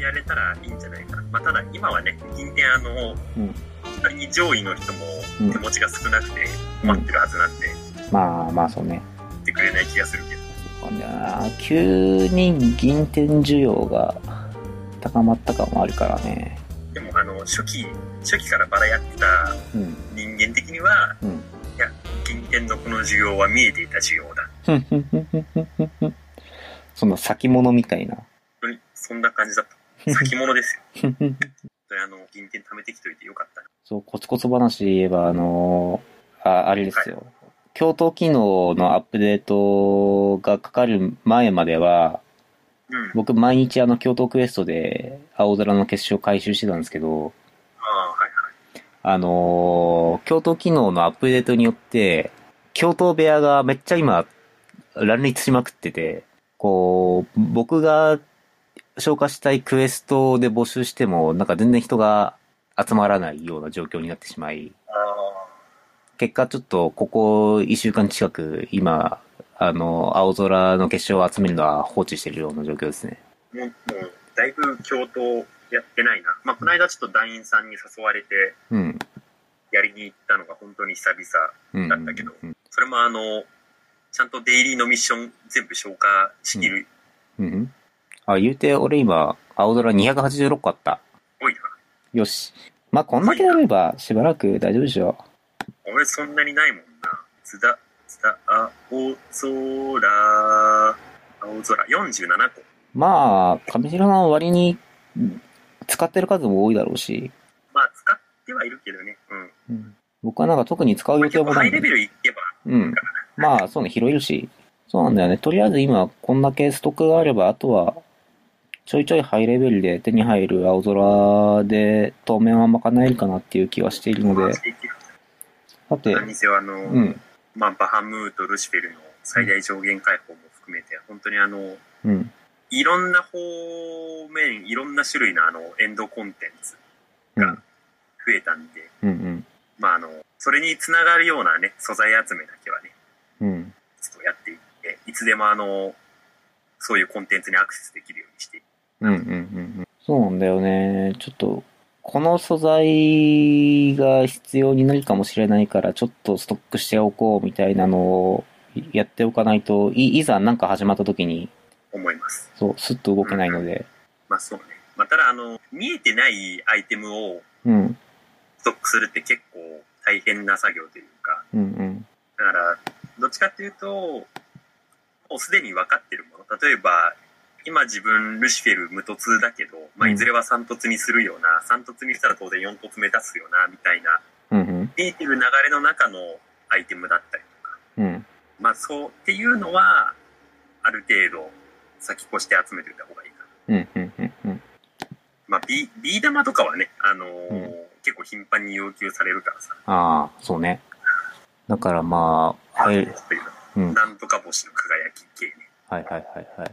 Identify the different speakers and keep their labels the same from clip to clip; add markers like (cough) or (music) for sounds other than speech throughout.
Speaker 1: やれたらいいんじゃないか。まあ、ただ今はね、近年あの、
Speaker 2: うん
Speaker 1: 仮に上位の人も
Speaker 2: うん
Speaker 1: 手持ちが少なくて困ってるはずなんで、
Speaker 2: まあまあそうね。
Speaker 1: 言ってくれない気がするけど。
Speaker 2: そうなんだよな急に銀天需要が高まった感もあるからね。
Speaker 1: でもあの、初期、初期からバラやってた
Speaker 2: うん。
Speaker 1: 人間的には、
Speaker 2: うん。
Speaker 1: 近年のこの需要は見えていた需要だ。
Speaker 2: ふんふんふんふんふんふんふんその先物みたいな。
Speaker 1: 本当にそんな感じだ
Speaker 2: (laughs)
Speaker 1: った。先物ですよ。
Speaker 2: ふんふんふん
Speaker 1: それあの、銀天貯めてきといてよかったな。
Speaker 2: そう、コツコツ話で言えば、あのーあ、あれですよ。共闘機能のアップデートがかかる前までは、
Speaker 1: うん。
Speaker 2: 僕毎日あの共闘クエストで青空の結晶回収してたんですけど、
Speaker 1: ああ、はいはい。
Speaker 2: あのー、共闘機能のアップデートによって、共闘部屋がめっちゃ今、乱立しまくってて、こう、僕が消化したいクエストで募集しても、なんか全然人が集まらないような状況になってしまい、
Speaker 1: ああ、
Speaker 2: 結果ちょっとここ1週間近く、今、あの、青空の結晶を集めるのは放置しているような状況ですね。
Speaker 1: もう、もう、だいぶ共闘やってないな。まあ、この間ちょっと団員さんに誘われて、
Speaker 2: うん。
Speaker 1: やりに行ったのが本当に久々。
Speaker 2: うん。
Speaker 1: なんだけど
Speaker 2: うん。
Speaker 1: それもあの、ちゃんとデイリーのミッション全部消化しきる。
Speaker 2: うん。あ、言うて俺今、青空286個あった。
Speaker 1: 多いな。
Speaker 2: よし。まあ、こんだけやれば、しばらく大丈夫でしょ
Speaker 1: 俺そんなにないもんな。津田、津田、青空、青空、47個。
Speaker 2: う。まあ、上白さんは割に、使ってる数も多いだろうし、
Speaker 1: まあ、使ってはいるけどね。うん。
Speaker 2: うん、僕はなんか特に使う
Speaker 1: まあ、
Speaker 2: 予定
Speaker 1: 結
Speaker 2: も
Speaker 1: 構
Speaker 2: な
Speaker 1: ハ
Speaker 2: い
Speaker 1: イ
Speaker 2: んで
Speaker 1: レベルいけば、
Speaker 2: うん。まあ、そうね、拾えるし。そうなんだよね。とりあえず今、こんだけストックがあれば、あとは、ちょいちょいハイレベルで手に入る青空で、当面は賄えるかなっていう気はしているの
Speaker 1: 回
Speaker 2: で
Speaker 1: し、ていける。
Speaker 2: さて、
Speaker 1: 何せあの、
Speaker 2: うん、
Speaker 1: まあ、バハムート、ルシフェルの最大上限解放も含めて、本当にあの、
Speaker 2: うん、
Speaker 1: いろんな方面、いろんな種類のあの、エンドコンテンツ
Speaker 2: うん、う
Speaker 1: が
Speaker 2: ん、
Speaker 1: 増えたんで、
Speaker 2: うん、
Speaker 1: まあ、あの、それにつながるようなね、素材集めだけはね、
Speaker 2: うん。
Speaker 1: ちょっとやっていって、いつでもあの、そういうコンテンツにアクセスできるようにしていく。
Speaker 2: うんうんうんうん。そうなんだよね。ちょっと、この素材が必要になるかもしれないから、ちょっとストックしておこうみたいなのをやっておかないと、い、いざなんか始まった時に、
Speaker 1: 思います。
Speaker 2: そう、スッと動けないので。
Speaker 1: まあ、そうね。まあ、ただあの、見えてないアイテムを
Speaker 2: うん、うん
Speaker 1: ストックするって結構大変な作業というか、
Speaker 2: うん、
Speaker 1: だから、どっちかっていうと、もうすでに分かってるもの。例えば、今自分、ルシフェル無凸だけど、まあ、
Speaker 2: うん
Speaker 1: いずれは3凸にするよな、3凸にしたら当然4凸目指すよな、みたいな、
Speaker 2: うんうん、
Speaker 1: 見えてる流れの中のアイテムだったりとか、
Speaker 2: うん。
Speaker 1: まあ、そう、っていうのは、ある程度、先越して集めておいた方がいいかな。
Speaker 2: うん、うん、うん、うん。
Speaker 1: まあ、ビビー玉とかはね、あのー
Speaker 2: うん
Speaker 1: 結構頻繁に要求されるからさ、
Speaker 2: ああ、そうね。だからまあ、はい、はい、うん
Speaker 1: なんとか星の輝き系ね。
Speaker 2: はい、はい、はい。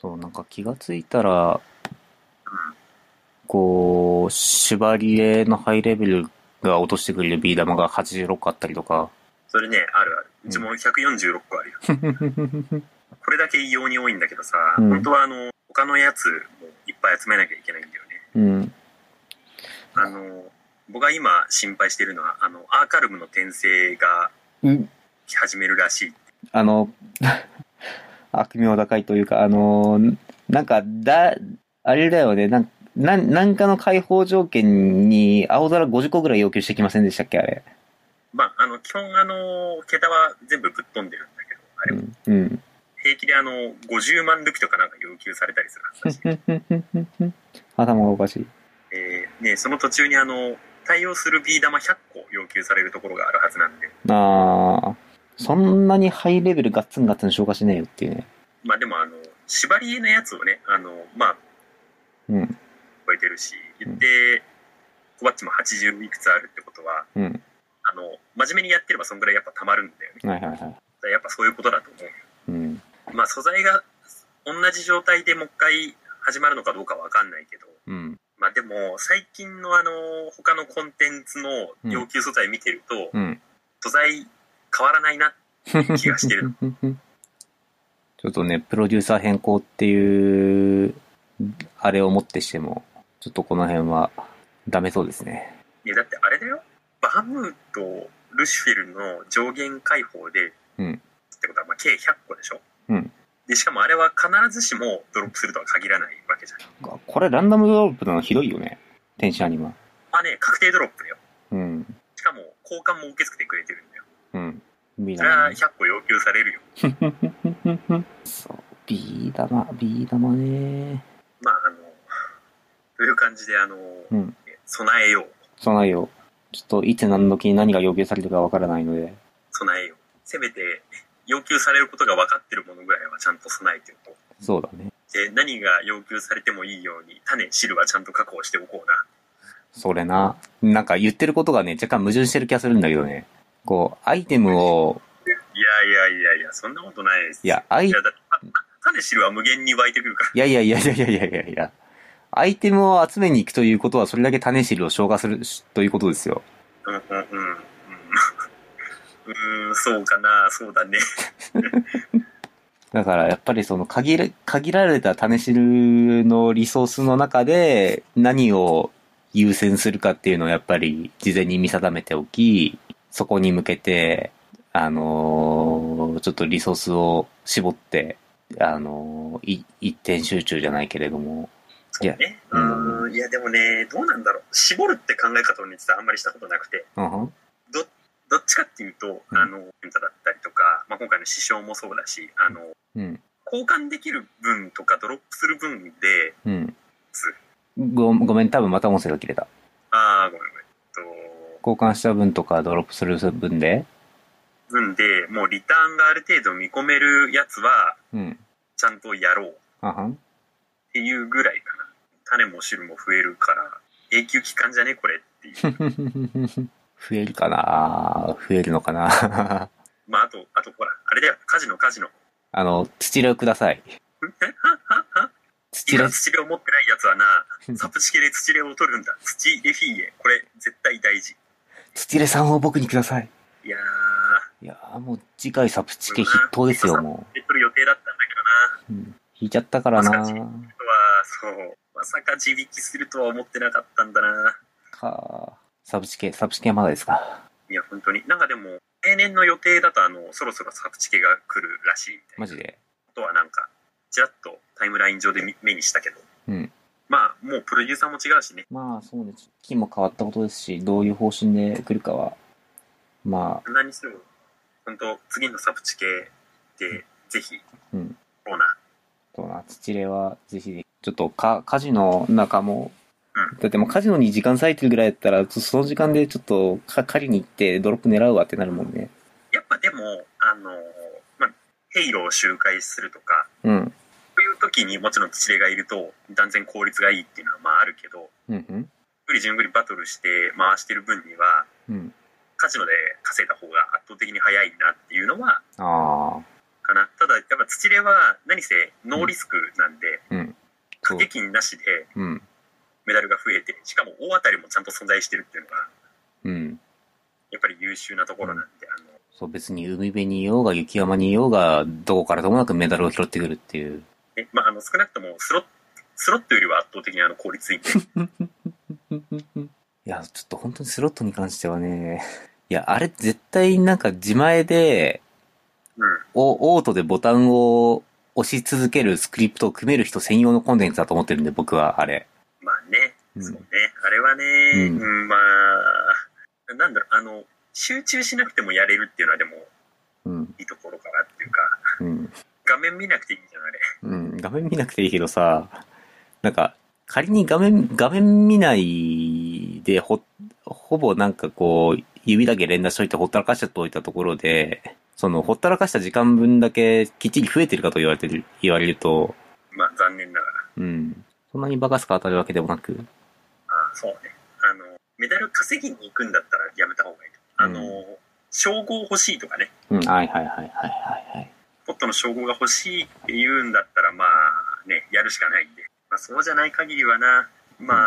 Speaker 2: そう、なんか気がついたら、こう、縛り絵のハイレベルが落としてくれるビー玉が86個あったりとか。
Speaker 1: それね、あるある。うちも146個あ
Speaker 2: (laughs)
Speaker 1: るよ。これだけ異様に多いんだけどさ、
Speaker 2: うん
Speaker 1: 本当はあの、他のやつもいっぱい集めなきゃいけないんだよね。
Speaker 2: うん。
Speaker 1: あの、僕が今心配してるのは、あの、アーカルムの転生が来始めるらしい。
Speaker 2: あの、 (laughs) 悪名高いというか、あの、なんか、だ、あれだよね、なんなんなんかの解放条件に青皿50個ぐらい要求してきませんでしたっけ、あれ。
Speaker 1: まあ、あの、基本あの、桁は全部ぶっ飛んでるんだけど、あ
Speaker 2: う
Speaker 1: れ、
Speaker 2: ん。 (laughs) うん。
Speaker 1: 平気であの、50万ルキとかなんか要求されたりするはずだし。
Speaker 2: 頭がおかしい。
Speaker 1: えーね、その途中にあの、対応するビー玉100個要求されるところがあるはずなんで、
Speaker 2: ああ、そんなにハイレベルガッツンガッツン消化しねえよっていうね。
Speaker 1: まあでもあの、縛りのやつをね、あの、まあ、
Speaker 2: うん。
Speaker 1: 超えてるし、言って、コバッチも80いくつあるってことは、
Speaker 2: うん。
Speaker 1: あの、真面目にやってればそんぐらいやっぱ溜まるんだよね。だか
Speaker 2: はいはいはい。
Speaker 1: らやっぱそういうことだと思う。
Speaker 2: うん。
Speaker 1: まあ素材が同じ状態でもう一回始まるのかどうかわかんないけど、
Speaker 2: うん。
Speaker 1: まあでも最近のあの、他のコンテンツの要求素材見てると、
Speaker 2: うん。 (laughs)
Speaker 1: 素材変わらないなっていう気がしてる。
Speaker 2: ちょっとね、プロデューサー変更っていう、あれをもってしても、ちょっとこの辺はダメそうですね。
Speaker 1: いや、だってあれだよ。バハムーとルシフェルの上限解放で、
Speaker 2: うん
Speaker 1: ってことは、まあ、計100個でしょ。
Speaker 2: うん
Speaker 1: で、しかもあれは必ずしもドロップするとは限らないわけじゃん。
Speaker 2: ここれランダムドロップなのひどいよね。天使アニマ。
Speaker 1: まあね、確定ドロップだよ。
Speaker 2: うん。
Speaker 1: しかも、交換も受け付けてくれてるんだよ。
Speaker 2: うん。B
Speaker 1: それは
Speaker 2: だ
Speaker 1: 100個要求されるよ。
Speaker 2: な。そう。B だな、B だなね。
Speaker 1: まあ、あの、という感じで、あの、
Speaker 2: うん
Speaker 1: 備えよう。
Speaker 2: 備えよう。ちょっといつ何時に何が要求されるかわからないので。
Speaker 1: 備えよう。せめて、要求されることが分かってるものぐらいはちゃんと備えておこう。
Speaker 2: そうだね。
Speaker 1: で、何が要求されてもいいように、種、汁はちゃんと確保しておこうな。
Speaker 2: それな。なんか言ってることがね、若干矛盾してる気がするんだけどね。こう、アイテムを、
Speaker 1: いやいやいやいや、そんなことないです。
Speaker 2: いや、アイ
Speaker 1: いやだって、あ種汁は無限に湧いてくるから。
Speaker 2: いやいやいやいやいやいやいやいや。アイテムを集めに行くということは、それだけ種汁を消化するしということですよ。
Speaker 1: うんうんうんうん。うーん、そうかな、そうだね。
Speaker 2: だから、やっぱりその限ら、限られた種汁のリソースの中で、何を優先するかっていうのをやっぱり事前に見定めておき、そこに向けて、あのーちょっとリソースを絞って、あのーい一点集中じゃないけれども、いや
Speaker 1: ね、うーん、いやでもね、どうなんだろう。絞るって考え方をね、実はあんまりしたことなくて。
Speaker 2: うんふん、
Speaker 1: どっちかっていうと、
Speaker 2: うん
Speaker 1: あの、ペンタだったりとか、まあ、今回の師匠もそうだし、あの、
Speaker 2: うん、
Speaker 1: 交換できる分とかドロップする分で、
Speaker 2: うん。ごごめん、多分また音声が切れた。
Speaker 1: ああ、ごめんごめん。えっと、
Speaker 2: 交換した分とかドロップする分で、
Speaker 1: 分で、もうリターンがある程度見込めるやつは、
Speaker 2: うん。
Speaker 1: ちゃんとやろうっ
Speaker 2: あはん。
Speaker 1: ていうぐらいかな。種も汁も増えるから、永久期間じゃねこれっていう。
Speaker 2: (laughs) 増えるかな増えるのかな (laughs)
Speaker 1: まあ、あと、あとほら、あれだよ、カジノカジノ。 (laughs)
Speaker 2: あの、土色ください。土色
Speaker 1: 今、土入れを持ってないやつはな、サプチケで土入れを取るんだ。土入れフィーエ。これ、絶対大事。
Speaker 2: 土色さんを僕にください。
Speaker 1: いやー、
Speaker 2: いやーもう次回サプチケ筆頭ですよ、も
Speaker 1: で、取る予定だったんだけどな。
Speaker 2: う。うん引いちゃったからな
Speaker 1: は、そう。まさか地引きするとは思ってなかったんだな。
Speaker 2: かサプチケ、サプチケはまだですか。
Speaker 1: いや、本当に。なんかでも、例年の予定だと、あの、そろそろサプチケが来るらしいみたいな。
Speaker 2: マジで。
Speaker 1: あとはなんか、ちらっとタイムライン上で見目にしたけど。
Speaker 2: うん
Speaker 1: まあ、もうプロデューサーも違うしね。
Speaker 2: まあそうね、木も変わったことですし、どういう方針で来るかは、まあ、
Speaker 1: 何にしても、本当次のサプチケで、ぜひ、
Speaker 2: うん
Speaker 1: コーナー。
Speaker 2: どうな、土入れはぜひ、ちょっとか、家事の中も、だってもうカジノに時間割いてるぐらいだったら、ちょその時間でちょっとか狩りに行ってドロップ狙うわってなるもんね。
Speaker 1: やっぱでも、あの、まあ、ヘイローを周回するとか、
Speaker 2: うん。
Speaker 1: という時にもちろん土入れがいると、断然効率がいいっていうのはまああるけど、
Speaker 2: うんうん。
Speaker 1: ぐりじゅんぐりバトルして回してる分には
Speaker 2: うん。
Speaker 1: カジノで稼いだ方が圧倒的に早いなっていうのは
Speaker 2: ああ。
Speaker 1: かなただやっぱ土入れは何せノーリスクなんで
Speaker 2: うん。そ
Speaker 1: 掛
Speaker 2: う
Speaker 1: け。金なしで
Speaker 2: うん。
Speaker 1: メダルが増えてしかも大当たりもちゃんと存在してるっていうのが
Speaker 2: うん。
Speaker 1: やっぱり優秀なところなんで、あの
Speaker 2: そう、別に海辺にいようが雪山にいようが、どこからともなくメダルを拾ってくるっていう。
Speaker 1: ねまあ、あの少なくともスロットスロットよりは圧倒的にあの効率
Speaker 2: (laughs)
Speaker 1: いいんで
Speaker 2: いや、ちょっと本当にスロットに関してはね、いや、あれ絶対なんか自前で、
Speaker 1: うん
Speaker 2: お、オートでボタンを押し続けるスクリプトを組める人専用のコンテンツだと思ってるんで、僕はあれ。
Speaker 1: まあね、
Speaker 2: うん
Speaker 1: そうねあれはね、
Speaker 2: うん
Speaker 1: うんまあなんだろうあの集中しなくてもやれるっていうのはでも
Speaker 2: うん。
Speaker 1: いいところかなっていうか
Speaker 2: うん。
Speaker 1: 画面見なくていいんじゃないあれ (laughs)
Speaker 2: うん。画面見なくていいけどさ、なんか、仮に画面、画面見ないで、ほ、ほぼなんかこう、指だけ連打しといてほったらかしちゃっておいたところで、その、ほったらかした時間分だけきっちり増えてるかと言われてる、言われると、
Speaker 1: まあ残念ながら。
Speaker 2: うん。そんなにバカスカ当たるわけでもなく、
Speaker 1: あそうね。あの、メダル稼ぎに行くんだったらやめた方がいいと。あの、称号欲しいとかね、
Speaker 2: うん、はいはいはいはいはいはい。
Speaker 1: ポットの称号が欲しいって言うんだったら、まあね、やるしかないんで。まあそうじゃない限りはな、まあ、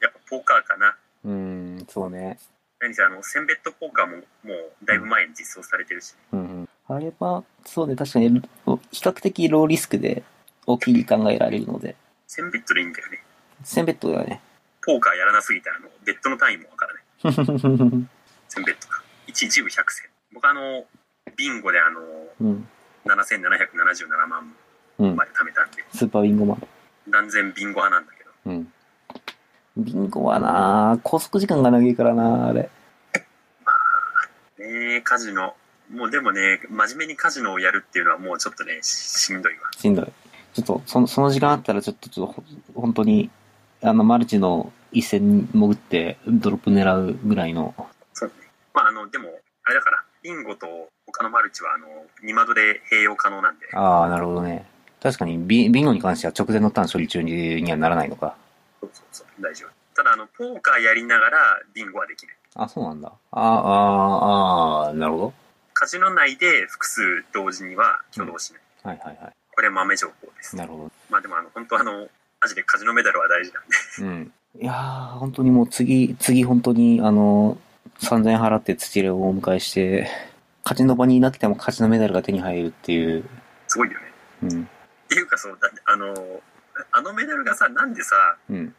Speaker 1: やっぱポーカーかな。
Speaker 2: うん、そうね。
Speaker 1: 何せあの、センベットポーカーももうだいぶ前に実装されてるし、
Speaker 2: うん。あれは、そうね、確かに、お比較的ローリスクで大きい考えられるので、
Speaker 1: 1000ベッドでいいんだよね。
Speaker 2: 1000ベッドだね。
Speaker 1: ポーカーやらなすぎたら、あの、ベッドの単位もわからない。1000ベッドか。1、1部100千。僕あの、ビンゴであの、
Speaker 2: うん。
Speaker 1: 7777万
Speaker 2: うん
Speaker 1: ま。で貯めたんで、
Speaker 2: スーパービンゴマン。
Speaker 1: 断然ビンゴ派なんだけど、
Speaker 2: うん。ビンゴはなぁ、拘束時間が長いからなぁ、あれ。
Speaker 1: ねえ、カジノ。もうでもね、真面目にカジノをやるっていうのはもうちょっとね、ししんどいわ。
Speaker 2: しんどい。ちょっと、その、その時間あったら、ちょっと、ちょっとほ、本当に、あの、マルチの一戦に潜って、ドロップ狙うぐらいの。
Speaker 1: そうね。まああの、でも、あれだから、ビンゴと他のマルチはあの、2窓で併用可能なんで、
Speaker 2: ああ、なるほどね。確かにビ、ビンゴに関しては直前のターン処理中ににはならないのか。
Speaker 1: そうそうそう、大丈夫。ただあの、ポーカーやりながらビンゴはできない。
Speaker 2: あ、そうなんだ。ああ、ああ、なるほど。
Speaker 1: カジノ内で複数同時には挙動しない。
Speaker 2: はいはいは
Speaker 1: これ豆情報です
Speaker 2: い。。なるほ
Speaker 1: まあでもあの、本当あの、マジでカジノメダルは大事なんで、
Speaker 2: ど。うん。いやー、本当にもう次、次本当に、あの、3000円払って土入れをお迎えして、勝ちの場にいなくても勝ちのメダルが手に入るっていう。
Speaker 1: すごいよね。
Speaker 2: うん。
Speaker 1: っていうかそう、だってあの、あのメダルがさ、なんでさ、
Speaker 2: うん。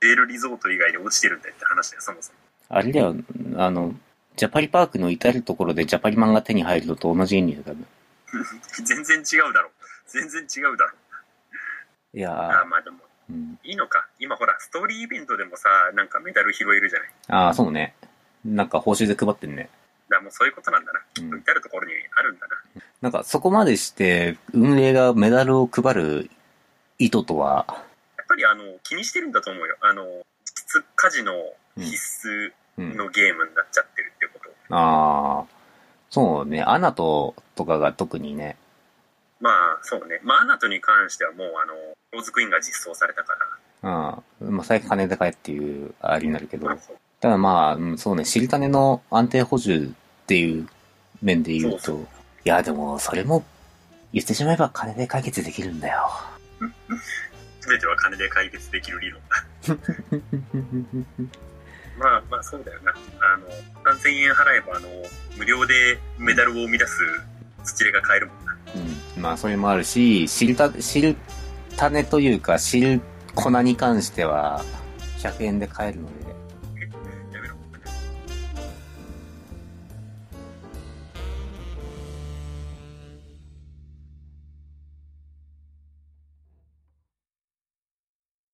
Speaker 1: デュエルリゾート以外で落ちてるんだよって話だよ、そもそも。
Speaker 2: あれだよ、あの、ジャパリパークの至るところでジャパリマンが手に入るのと同じ原理だよ、多分。
Speaker 1: 全然違うだろ。全然違うだろ。
Speaker 2: いや
Speaker 1: ああ、
Speaker 2: ー、
Speaker 1: まあでも、
Speaker 2: うん、
Speaker 1: いいのか。今ほら、ストーリーイベントでもさ、なんかメダル拾えるじゃない。だか
Speaker 2: あー、そうね。なんか報酬で配ってんね。
Speaker 1: らもうそういうことなんだな。
Speaker 2: う
Speaker 1: 至
Speaker 2: ん。
Speaker 1: るところにあるんだな。
Speaker 2: なんかそこまでして運営がメダルを配る意図とは、
Speaker 1: やっぱりあの、気にしてるんだと思うよ。あの、実質カジノ必須
Speaker 2: うん。
Speaker 1: のゲームになっちゃってるってこと。
Speaker 2: あー、そうね。アナととかが特にね。
Speaker 1: まあ、そうね。まあ、アナトに関してはもう、あの、ローズクイーンが実装されたから。
Speaker 2: うん。まあ、最悪金で買えっていう、あれになるけど。
Speaker 1: まあそう
Speaker 2: ただまあ、うんそうね、シルタネの安定補充っていう面で言う
Speaker 1: そ
Speaker 2: と、いや、でも、それも、言ってしまえば金で解決できるんだよ。
Speaker 1: 全ては金で解決できる理論だ。まあ、まあ、そうだよな。あの、3000円払えば、あの、無料でメダルを生み出す土レが買えるもんな。
Speaker 2: うん、まあ、それもあるし、シルタ、シルタネというか、シル粉に関しては、100円で買えるので、